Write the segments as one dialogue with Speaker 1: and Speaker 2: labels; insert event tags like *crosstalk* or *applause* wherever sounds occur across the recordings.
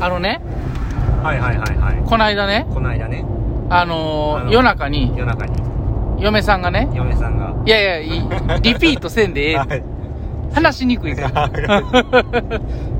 Speaker 1: あのね、
Speaker 2: はいはいはいはい
Speaker 1: この間ね、
Speaker 2: この間ね
Speaker 1: あのー
Speaker 2: あの
Speaker 1: 夜中に、
Speaker 2: 夜中に
Speaker 1: 嫁さんがね、
Speaker 2: 嫁さんが
Speaker 1: いやい
Speaker 2: *laughs*
Speaker 1: やいい、リピートせんでええって。
Speaker 2: い *laughs*
Speaker 1: 話しにくいから。
Speaker 2: い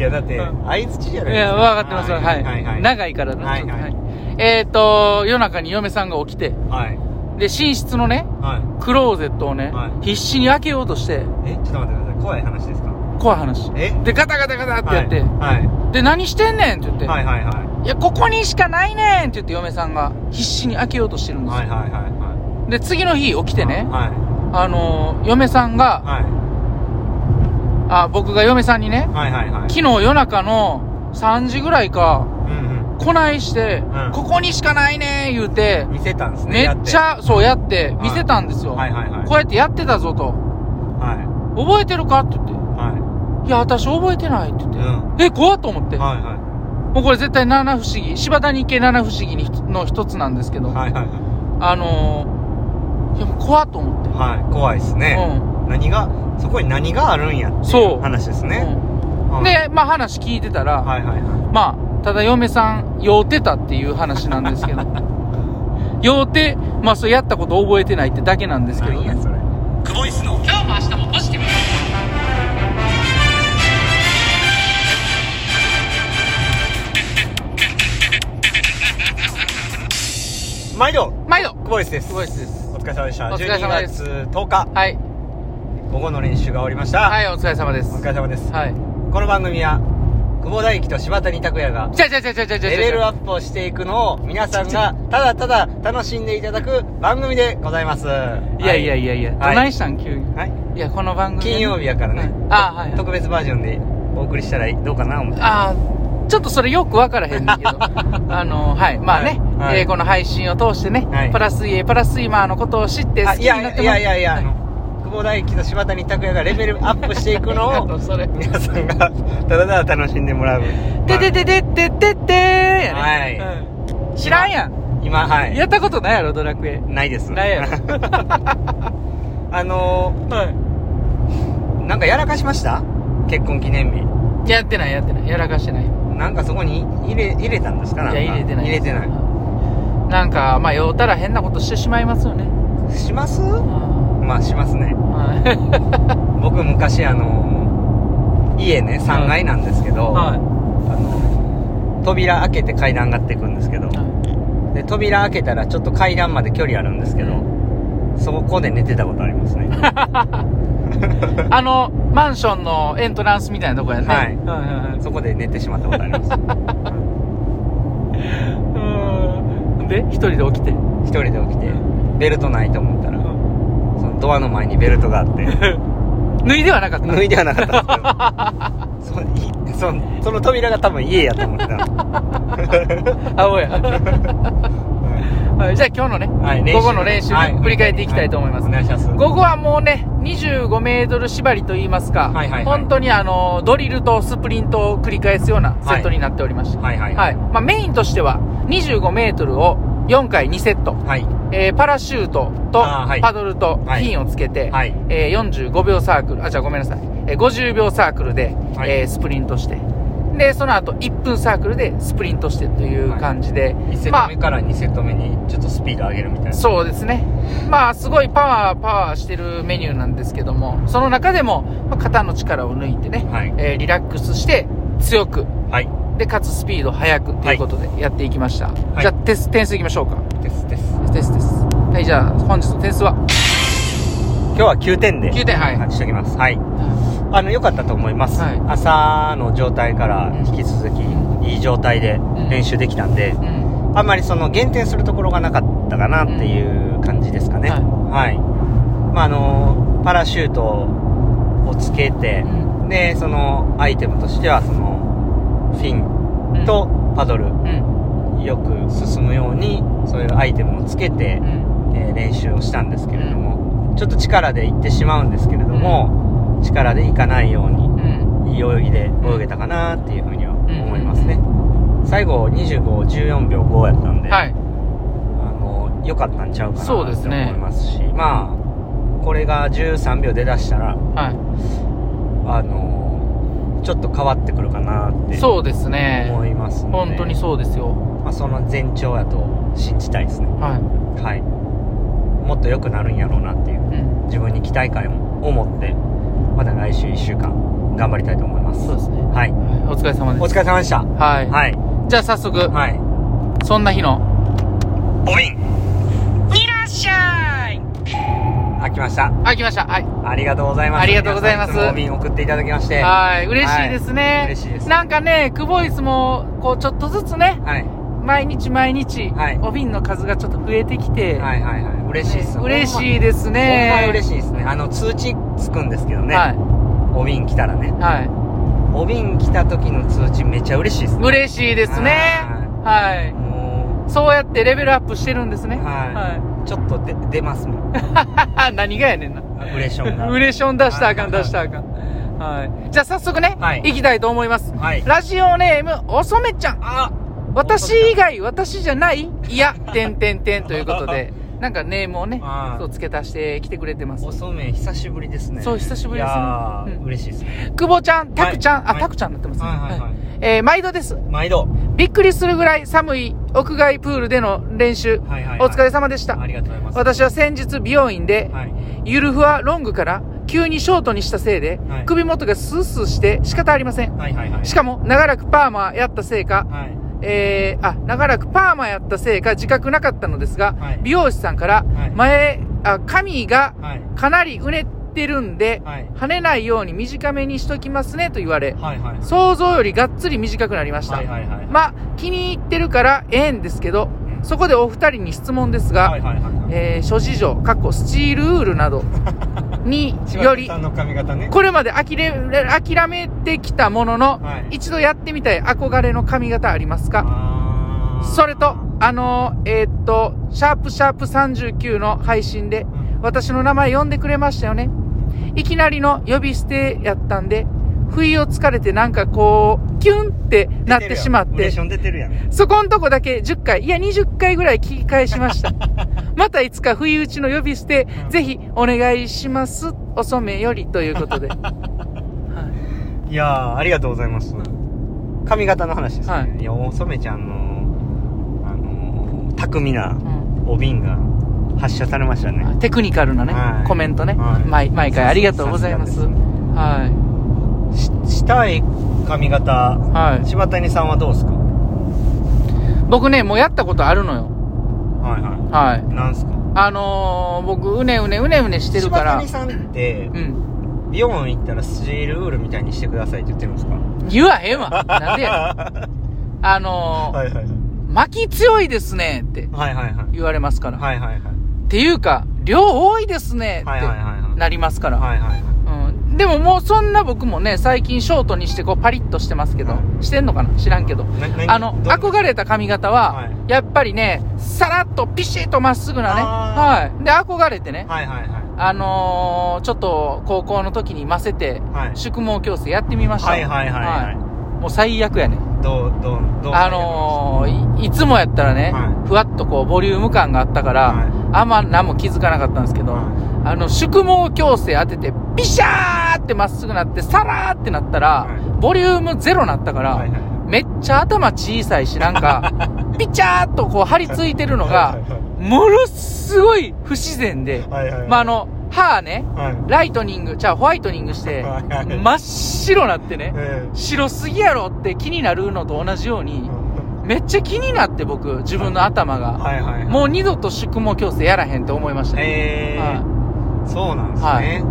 Speaker 2: やだって相槌じゃない
Speaker 1: い
Speaker 2: です
Speaker 1: や、わかってます。はい。
Speaker 2: はいはい
Speaker 1: 長いからな。
Speaker 2: は
Speaker 1: ちょっ
Speaker 2: い
Speaker 1: と
Speaker 2: はい
Speaker 1: はいえっ、と、夜中に嫁さんが起きて、
Speaker 2: はい
Speaker 1: で、寝室のね、
Speaker 2: は
Speaker 1: クローゼットをね、
Speaker 2: はい
Speaker 1: 必死に開けようとして、
Speaker 2: いえちょっと待ってください怖い話ですか
Speaker 1: 怖い話。
Speaker 2: え
Speaker 1: で、ガタガタガタってやって、
Speaker 2: は
Speaker 1: で、何してんねんって言っ
Speaker 2: い
Speaker 1: て、
Speaker 2: はいはいはいはい
Speaker 1: い、や、ここにしかないねんって言って嫁さんが必死に開けようとしてるんですよ。
Speaker 2: はいはいは
Speaker 1: で、次の日起き
Speaker 2: い
Speaker 1: てね、
Speaker 2: はい
Speaker 1: あのー嫁さんが、
Speaker 2: はい
Speaker 1: あ、僕が嫁さんにね、
Speaker 2: はいはいはい
Speaker 1: 昨日夜中の3時ぐらいか、
Speaker 2: うん
Speaker 1: こないして、
Speaker 2: うん
Speaker 1: ここにしかないねん言うて
Speaker 2: う、ん見せたんです
Speaker 1: め
Speaker 2: ね
Speaker 1: っちゃ、そうやって見せたんですよ。
Speaker 2: はいはいはい
Speaker 1: こうやってやってたぞと。
Speaker 2: は
Speaker 1: 覚えてるかって言って。
Speaker 2: いはい
Speaker 1: いや、私覚えてないって言って。
Speaker 2: うん
Speaker 1: え、怖っと思って。
Speaker 2: はいは
Speaker 1: もうこれ絶対七不思議、柴谷家七不思議にひの一つなんですけど、
Speaker 2: いはいはいはい
Speaker 1: あのー、いや、もう怖っと思って。
Speaker 2: はい怖いですね、何がそこに何があるんやってい
Speaker 1: そう
Speaker 2: う話ですね、
Speaker 1: うん。
Speaker 2: はい
Speaker 1: で、まあ話聞いてたら、
Speaker 2: はいはいは
Speaker 1: まあ、ただ嫁さん、酔うてたっていう話なんですけ
Speaker 2: *laughs*
Speaker 1: ど、酔うて、まあそうやったこと覚えてないってだけなんで
Speaker 2: い
Speaker 1: すけどね。
Speaker 2: それクボイスの
Speaker 1: 今日も明日もポジティブ
Speaker 2: 毎度
Speaker 1: 毎度
Speaker 2: クボイスです
Speaker 1: クボイスです
Speaker 2: お疲れ様でした
Speaker 1: お疲れ様です
Speaker 2: 12月10日
Speaker 1: はい。
Speaker 2: 午後の練習が終わりました、
Speaker 1: はい、お疲れ様です。
Speaker 2: お疲れ様です、
Speaker 1: はい。
Speaker 2: この番組は久保大樹と柴谷拓也が
Speaker 1: じゃじゃじゃじゃじゃじゃ
Speaker 2: レベルアップをしていくのを皆さんがただただ楽しんでいただく番組でございますい
Speaker 1: いやいやいやいや、ど
Speaker 2: はい
Speaker 1: ないしたん急に。
Speaker 2: はい
Speaker 1: いや、この番組ね。
Speaker 2: 金曜日やからね
Speaker 1: はいあはいはい
Speaker 2: 特別バージョンでお送りしたらどうかな思って
Speaker 1: ああ、ちょっとそれよくわからへんねんけ
Speaker 2: *laughs*
Speaker 1: ど。あの、はい。まあね、
Speaker 2: はいはい
Speaker 1: えーこの配信を通してね、
Speaker 2: はい
Speaker 1: パラスイエ、パラスイマーのことを知って好
Speaker 2: あ
Speaker 1: き
Speaker 2: い
Speaker 1: になっ
Speaker 2: や
Speaker 1: て
Speaker 2: い
Speaker 1: もら
Speaker 2: や
Speaker 1: う
Speaker 2: いやいやあの久保大樹と柴谷拓也がレベルアップしていくの
Speaker 1: *laughs* あ
Speaker 2: を
Speaker 1: のそれ。
Speaker 2: 皆さんがただただ楽しんでもらう
Speaker 1: てててててててやね。
Speaker 2: は
Speaker 1: うん知らんやん。
Speaker 2: 今はい
Speaker 1: やったことないやろ、ドラクエ。
Speaker 2: ないです
Speaker 1: ないやろ。
Speaker 2: *laughs* あの
Speaker 1: は
Speaker 2: ー、なんかやらかしました結婚記念日
Speaker 1: い。やってない、やってない。やらかしてない。い
Speaker 2: なんかそこに入れ入れたんですかなんか
Speaker 1: や、入れてない。
Speaker 2: 入れてない
Speaker 1: なんか、まあ、酔うたら変なことしてしまいますよね。
Speaker 2: します
Speaker 1: は
Speaker 2: まあします
Speaker 1: い。
Speaker 2: ね僕昔あのー、家ね3階なんですけど、
Speaker 1: はい。
Speaker 2: あの扉開けて階段上がっていくんですけどで扉開けたらちょっと階段まで距離あるんですけど、そこで寝てたことありますね
Speaker 1: *laughs* あの、マンションのエントランスみたいなとこやね。
Speaker 2: はい
Speaker 1: はい
Speaker 2: そこで寝てしまったことあ
Speaker 1: *laughs*
Speaker 2: ります
Speaker 1: はい。で、一人で起きて。
Speaker 2: 一人で起きてベルトないと思ったらそのドアの前にベルトが
Speaker 1: *laughs*
Speaker 2: あって
Speaker 1: 脱いではなかった。
Speaker 2: 脱いではなかったんですけどそのいそその扉が多分家やと思ってた
Speaker 1: *laughs*
Speaker 2: *laughs*
Speaker 1: 青や。はいじゃあ今日のね、
Speaker 2: はい
Speaker 1: 午後の練習、
Speaker 2: はい
Speaker 1: 振り返っていきたいと思います。
Speaker 2: はお願いします
Speaker 1: 午後はもうね、25メートル縛りと言いますか、
Speaker 2: はいはいはい
Speaker 1: 本当にあの、ドリルとスプリントを繰り返すようなセットになっておりまして、
Speaker 2: はいはい
Speaker 1: はい。まあメインとしては、25メートルを4回2セット。
Speaker 2: はい
Speaker 1: えーパラシュートと
Speaker 2: あーはい
Speaker 1: パドルと
Speaker 2: はい
Speaker 1: ピンをつけて、
Speaker 2: はい
Speaker 1: えー45秒サークル、あ、じゃあごめんなさい、えー50秒サークルで、
Speaker 2: はい
Speaker 1: えースプリントして、で、その後1分サークルでスプリントしてという感じで、
Speaker 2: 1セッ
Speaker 1: ま
Speaker 2: ト目から2セット目にちょっとスピード上げるみたい
Speaker 1: あ、
Speaker 2: な
Speaker 1: そうですね。まあ、すごいパワー、パワーしてるメニューなんですけども、その中でも、まあ肩の力を抜いてね、
Speaker 2: はい
Speaker 1: えーリラックスして強く、
Speaker 2: はい
Speaker 1: で、かつスピード速くということでやっていきました。
Speaker 2: い
Speaker 1: じゃあ、点数点数いきましょうか。
Speaker 2: ですです
Speaker 1: 点数です。はい、じゃあ、本日の点数は
Speaker 2: 今日は9点で
Speaker 1: 9点、はい。
Speaker 2: はいしときますはいあの良かったと思います、
Speaker 1: はい
Speaker 2: 朝の状態から引き続きいい状態で
Speaker 1: ん
Speaker 2: 練習できたんで、
Speaker 1: うん
Speaker 2: あんまりその減点するところがなかったかなっていう感じですかね、
Speaker 1: うん
Speaker 2: はい、まああのパラシュートをつけて、でそのアイテムとしてはそのフィン
Speaker 1: うん、
Speaker 2: とパドル
Speaker 1: うん、
Speaker 2: よく進むようにそういうアイテムをつけて
Speaker 1: う、ん、
Speaker 2: えー練習をしたんですけれども、ちょっと力でいってしまうんですけれども、力でいかないように
Speaker 1: うん、
Speaker 2: いい泳ぎで泳げたかなっていうふうには思いますね、最後2514秒5やったんで、
Speaker 1: はい、
Speaker 2: あの良かったんちゃうかなと
Speaker 1: そう
Speaker 2: 思
Speaker 1: ですね
Speaker 2: いますしまあこれが13秒出だしたら
Speaker 1: は
Speaker 2: あのちょっと変わってくるかなって
Speaker 1: そうですね。
Speaker 2: 思いますので
Speaker 1: 本当にそうですよ。
Speaker 2: まあ、その前兆やと信じたいですね
Speaker 1: は
Speaker 2: はいもっと良くなるんやろうなっていう
Speaker 1: い。うん。
Speaker 2: 自分に期待感を持ってまた来週1週間頑張りたいと思います
Speaker 1: そうですね。
Speaker 2: はい
Speaker 1: はいお疲れ様です。
Speaker 2: お疲れ様でした
Speaker 1: はい。
Speaker 2: はい
Speaker 1: じゃあ早速、
Speaker 2: はい
Speaker 1: そんな日の、
Speaker 2: おびん
Speaker 1: いらっしゃい
Speaker 2: あきました
Speaker 1: あ、来ました。はい。
Speaker 2: ありがとうございます
Speaker 1: ありがとうございます
Speaker 2: 皆さんつもおびん送っていただきましては
Speaker 1: はい。嬉しいですね。
Speaker 2: 嬉しいです
Speaker 1: なんかね、クボイスも、こう、ちょっとずつね、
Speaker 2: い
Speaker 1: 毎日毎日、
Speaker 2: はい
Speaker 1: お瓶の数がちょっと増えてきて、
Speaker 2: はいはいはい嬉しいっす
Speaker 1: ね嬉し
Speaker 2: い
Speaker 1: いですね。
Speaker 2: ほんま
Speaker 1: し
Speaker 2: 嬉しいですねあの通知つくんですけどね、
Speaker 1: は
Speaker 2: おびん来たらね
Speaker 1: い。は
Speaker 2: おびん来た時の通知めっちゃ嬉しいです
Speaker 1: い。
Speaker 2: ね
Speaker 1: 嬉しいですね。はい。
Speaker 2: も
Speaker 1: そうやってレベルアップしてるんですね。
Speaker 2: うはいちょっとで出ますも
Speaker 1: *laughs*
Speaker 2: ん
Speaker 1: はい。何がやねんな。
Speaker 2: うれしょんな
Speaker 1: うれしょん出したらあかん、出したらあかん。はい。じゃあ早速ね、
Speaker 2: はい
Speaker 1: 行きたいと思います。
Speaker 2: はい
Speaker 1: ラジオネーム、おそめちゃん。
Speaker 2: あ
Speaker 1: 私以外、私じゃないいや、てんてんてんということ
Speaker 2: *laughs*
Speaker 1: で、なんかネームをね
Speaker 2: は、い
Speaker 1: そう付け足して来てくれてます
Speaker 2: お。そうめん久しぶりですね
Speaker 1: そう久しぶり
Speaker 2: い
Speaker 1: ですね
Speaker 2: やー
Speaker 1: うん
Speaker 2: 嬉しいですね
Speaker 1: 久保ちゃん、たくちゃん、
Speaker 2: はい
Speaker 1: あ、たくちゃんになってますね。
Speaker 2: はいはいはい
Speaker 1: えー毎度です。
Speaker 2: 毎度
Speaker 1: びっくりするぐらい寒い屋外プールでの練習、
Speaker 2: はいはいはい
Speaker 1: お疲れ様でした
Speaker 2: あ。りがとうございます
Speaker 1: 私は先日美容院で、
Speaker 2: はい
Speaker 1: ゆるふわロングから急にショートにしたせいで、
Speaker 2: はい
Speaker 1: 首元がスースーして仕方ありません。
Speaker 2: はいはいはい
Speaker 1: しかも、長らくパーマやったせいか、
Speaker 2: はい
Speaker 1: えー、あ、長らくパーマやったせいか自覚なかったのですが、
Speaker 2: はい
Speaker 1: 美容師さんから
Speaker 2: はい、
Speaker 1: 前、あ、髪が
Speaker 2: はい
Speaker 1: かなりうねってるんで、
Speaker 2: はい
Speaker 1: 跳ねないように短めにしときますねと言われ、
Speaker 2: はいはい
Speaker 1: 想像よりがっつり短くなりました。
Speaker 2: はいはいはい
Speaker 1: まあ、気に入ってるからええんですけど、
Speaker 2: うん
Speaker 1: そこでお二人に質問ですが、
Speaker 2: はいはいはいはい
Speaker 1: えー諸事情、かっこスチールウール
Speaker 2: *laughs*
Speaker 1: などに
Speaker 2: 柴
Speaker 1: よ
Speaker 2: 田
Speaker 1: り
Speaker 2: さ、んの髪型ね
Speaker 1: これまで諦め諦めてきたものの、
Speaker 2: はい
Speaker 1: 一度やってみたい憧れの髪型ありますか
Speaker 2: あー
Speaker 1: それと、あのーえーっと、シャープシャープ39の配信で、
Speaker 2: うん
Speaker 1: 私の名前呼んでくれましたよね。いきなりの呼び捨てやったんで、不意をつかれてなんかこう、キュンってなってしまっ
Speaker 2: 出
Speaker 1: て
Speaker 2: るやんウレーシ、ョン出てるやん
Speaker 1: そこんとこだけ10回、いや20回ぐらい聞き返しま
Speaker 2: *laughs*
Speaker 1: した。またいつか不意打ちの呼び捨て、
Speaker 2: うん
Speaker 1: ぜひお願いします。遅めよりということ
Speaker 2: *laughs*
Speaker 1: で。はい
Speaker 2: やーありがとうございます、髪型の話ですね、、
Speaker 1: はい
Speaker 2: やお染ちゃんのあのー巧みない
Speaker 1: うん
Speaker 2: お瓶が発射されましたね
Speaker 1: あテクニカルなね、
Speaker 2: はい
Speaker 1: コメントね、
Speaker 2: はい
Speaker 1: 毎。毎回ありがとうございます。
Speaker 2: さすがで
Speaker 1: は
Speaker 2: ししたい髪型
Speaker 1: い。はい。
Speaker 2: 柴谷さんはどうですかは
Speaker 1: 僕ね、もうやったことあるのよ。
Speaker 2: いは
Speaker 1: はい。
Speaker 2: いなんすか
Speaker 1: あのー、僕、うねうねうねうねしてるか
Speaker 2: 柴
Speaker 1: ら
Speaker 2: 谷。さんって
Speaker 1: うん。
Speaker 2: 美容院行ったらスチールウールみたいにしてくださいって言ってるんですか
Speaker 1: 言わへんわ。なんで
Speaker 2: *laughs*
Speaker 1: や。
Speaker 2: は
Speaker 1: あのー、
Speaker 2: い *laughs* はい
Speaker 1: 巻き強いですねって
Speaker 2: はいはいはい
Speaker 1: 言われますから。
Speaker 2: はいはいはい
Speaker 1: っていうか、量多いですね
Speaker 2: はいはいはい
Speaker 1: ってなりますから。
Speaker 2: はいはいはい
Speaker 1: うん、でももうそんな僕もね、最近ショートにしてこうパリッとしてますけど、
Speaker 2: は
Speaker 1: してんのかな知らんけど。
Speaker 2: な何
Speaker 1: あの、
Speaker 2: どんな
Speaker 1: 憧れた髪型
Speaker 2: は
Speaker 1: は、
Speaker 2: い
Speaker 1: やっぱりね、さらっとピシッとまっすぐなね。
Speaker 2: あ
Speaker 1: はい。で、憧れてね。
Speaker 2: はいはいはい
Speaker 1: あのー、ちょっと高校の時にませて、
Speaker 2: はい
Speaker 1: 宿毛矯正やってみました。
Speaker 2: はいはいはいはい
Speaker 1: もう最悪やね。
Speaker 2: どうどうどう
Speaker 1: あのー、いいつもやったらね、
Speaker 2: は
Speaker 1: ふわっとこうボリューム感があったから、
Speaker 2: は
Speaker 1: あんま何も気づかなかったんですけど、
Speaker 2: は
Speaker 1: あの、宿毛矯正当てて、ピシャーってまっすぐなって、さらーってなったら、
Speaker 2: は
Speaker 1: ボリュームゼロなったから、
Speaker 2: はいはい
Speaker 1: めっちゃ頭小さいし、なん
Speaker 2: *laughs*
Speaker 1: か、ピチャーっとこう張り付いてるの
Speaker 2: は
Speaker 1: が
Speaker 2: い、
Speaker 1: ものすごい不自然で、
Speaker 2: はいはいはい
Speaker 1: まあ、あの、歯ね、
Speaker 2: はい
Speaker 1: ライトニング、じゃあホワイトニングして、
Speaker 2: はいはい
Speaker 1: 真っ白なってね、
Speaker 2: え
Speaker 1: 白すぎやろって気になるのと同じよう
Speaker 2: え
Speaker 1: に、めっちゃ気になって僕、自分の頭が。
Speaker 2: はいはいはい
Speaker 1: もう二度と宿毛矯正やらへんって思いましたね。
Speaker 2: ええ
Speaker 1: は
Speaker 2: そうなんですね、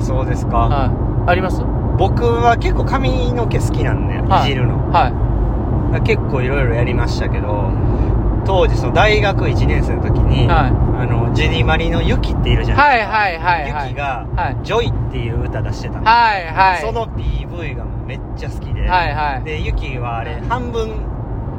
Speaker 2: あそうですか、
Speaker 1: い。はい。ありますは
Speaker 2: 僕は結構髪の毛好きなんで、
Speaker 1: はい
Speaker 2: い、じるの
Speaker 1: い。
Speaker 2: 結構いろいろやりましたけど当時その大学1年生の時に、
Speaker 1: はい
Speaker 2: あのジュニマリのユキっているじゃな
Speaker 1: はいいはいはいはい。
Speaker 2: ユキが
Speaker 1: はい。
Speaker 2: ジョイっていう歌出してたの、
Speaker 1: はいはい。
Speaker 2: その PV がもうめっちゃ好きで、
Speaker 1: はいはい。
Speaker 2: でユキはあれ
Speaker 1: はい
Speaker 2: 半分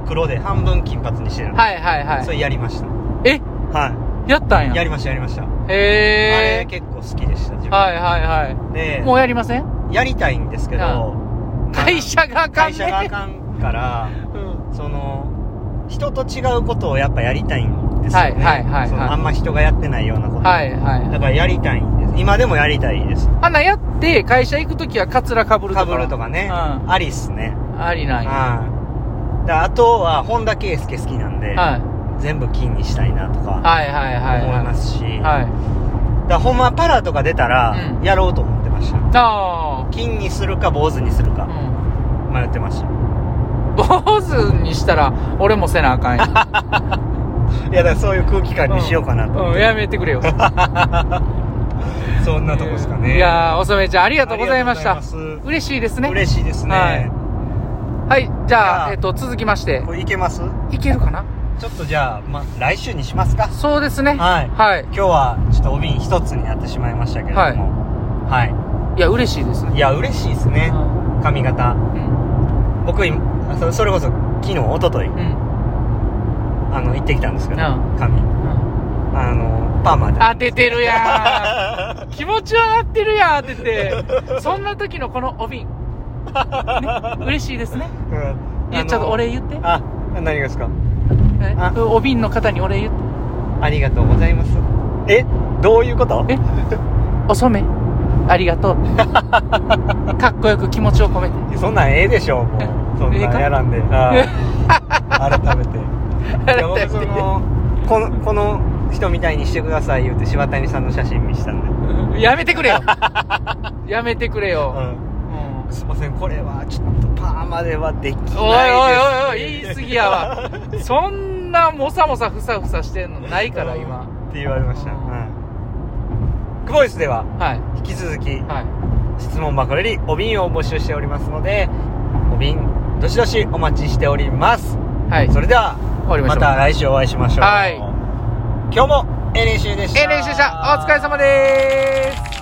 Speaker 2: 黒で半分金髪にしてるの、
Speaker 1: はいはいは
Speaker 2: そ
Speaker 1: い。
Speaker 2: れやりました
Speaker 1: え
Speaker 2: は
Speaker 1: やった
Speaker 2: い
Speaker 1: ん
Speaker 2: や
Speaker 1: や。
Speaker 2: りましたやりました、あれ
Speaker 1: へえ。
Speaker 2: 結構好きでした自分、
Speaker 1: はいはいは
Speaker 2: で
Speaker 1: い。もうやりません
Speaker 2: やりたいんですけど、
Speaker 1: は
Speaker 2: まあ
Speaker 1: 会社があかん
Speaker 2: 会
Speaker 1: ね。
Speaker 2: 社があかんから
Speaker 1: うん
Speaker 2: その人と違うことをやっぱやりたいんですよ
Speaker 1: は
Speaker 2: ね
Speaker 1: いはいはいはい
Speaker 2: そのあんま人がやってないようなこと、
Speaker 1: はいはい。
Speaker 2: だからやりたいんです今でもやりたいです
Speaker 1: あんなんやって、会社行くときはカツラかぶると
Speaker 2: か
Speaker 1: か。
Speaker 2: ぶるとかね、
Speaker 1: うん
Speaker 2: ありっすね
Speaker 1: ありなんや。
Speaker 2: はいだあとは本田圭佑好きなんで、
Speaker 1: はい。
Speaker 2: 全部金にしたいなとか
Speaker 1: はいはいはい
Speaker 2: 思い
Speaker 1: は
Speaker 2: ますし、
Speaker 1: い。はい。
Speaker 2: だからほんまパラとか出たら
Speaker 1: うん
Speaker 2: やろうと思ってました、
Speaker 1: あ
Speaker 2: 金にするか坊主にする
Speaker 1: あ。う
Speaker 2: か
Speaker 1: ん。
Speaker 2: 迷ってました
Speaker 1: 坊主にしたら俺もせなあか
Speaker 2: *laughs*
Speaker 1: んや
Speaker 2: いやだからそういう空気感にしようかなと、
Speaker 1: うん、やめてくれよ
Speaker 2: そんなとこですかね
Speaker 1: いやーおさめちゃんあり
Speaker 2: あ
Speaker 1: がとうございました
Speaker 2: りがとうございま
Speaker 1: 嬉しいです
Speaker 2: す
Speaker 1: ね
Speaker 2: 嬉しいですね、
Speaker 1: はいはいじゃあ
Speaker 2: じゃあ
Speaker 1: えっと続きまして
Speaker 2: これいけます
Speaker 1: いけるかな
Speaker 2: ちょっとじゃあ、ま、来週にしますか
Speaker 1: そうですね
Speaker 2: はい
Speaker 1: はい、
Speaker 2: 今日はちょっとお瓶一つになってしまいましたけれどもはい、
Speaker 1: い、や嬉しいですね
Speaker 2: い、や嬉しいですね髪
Speaker 1: う
Speaker 2: 型
Speaker 1: ん
Speaker 2: 僕今そそれこそ昨日一昨日
Speaker 1: うん
Speaker 2: あの行ってきたんですけど、
Speaker 1: う
Speaker 2: 髪
Speaker 1: うん
Speaker 2: あのパーマで *laughs*
Speaker 1: 当ててるやん気持ちはなってるやんって言ってそんな時のこのお瓶、ね、嬉しいですね
Speaker 2: うん
Speaker 1: いやちょっとお
Speaker 2: 俺
Speaker 1: 礼言って
Speaker 2: あ何がですか
Speaker 1: え
Speaker 2: あ
Speaker 1: お瓶の方にお礼言って
Speaker 2: ありがとうございますえどういうこと *laughs*
Speaker 1: えお染めありがとう
Speaker 2: *laughs*
Speaker 1: かっこよく気持ちを込めて
Speaker 2: そんなんええでしょもうそん
Speaker 1: ええ
Speaker 2: なん
Speaker 1: か
Speaker 2: やらんで、
Speaker 1: *laughs*
Speaker 2: はい改めていや僕そのこのこの人みたいにしてください言うて柴谷さんの写真見したんで、
Speaker 1: やめてくれ
Speaker 2: *laughs*
Speaker 1: よやめてくれよ、うん
Speaker 2: すいませんこれはちょっとパーマではできないです
Speaker 1: おいおいおいおい言い過ぎや
Speaker 2: *laughs*
Speaker 1: わそんなもさもさふさふさしてんのないから今
Speaker 2: って言われました、
Speaker 1: うん
Speaker 2: はいクボイスでは
Speaker 1: はい
Speaker 2: 引き続き
Speaker 1: は
Speaker 2: 質問箱よりお瓶を募集しておりますのでお瓶どしどしお待ちしております
Speaker 1: いはい
Speaker 2: それでは
Speaker 1: 終わりまし
Speaker 2: ま
Speaker 1: ょう
Speaker 2: た来週お会いしましょう、
Speaker 1: はい
Speaker 2: 今日も A 練習でした
Speaker 1: え練習者お疲れ様でーす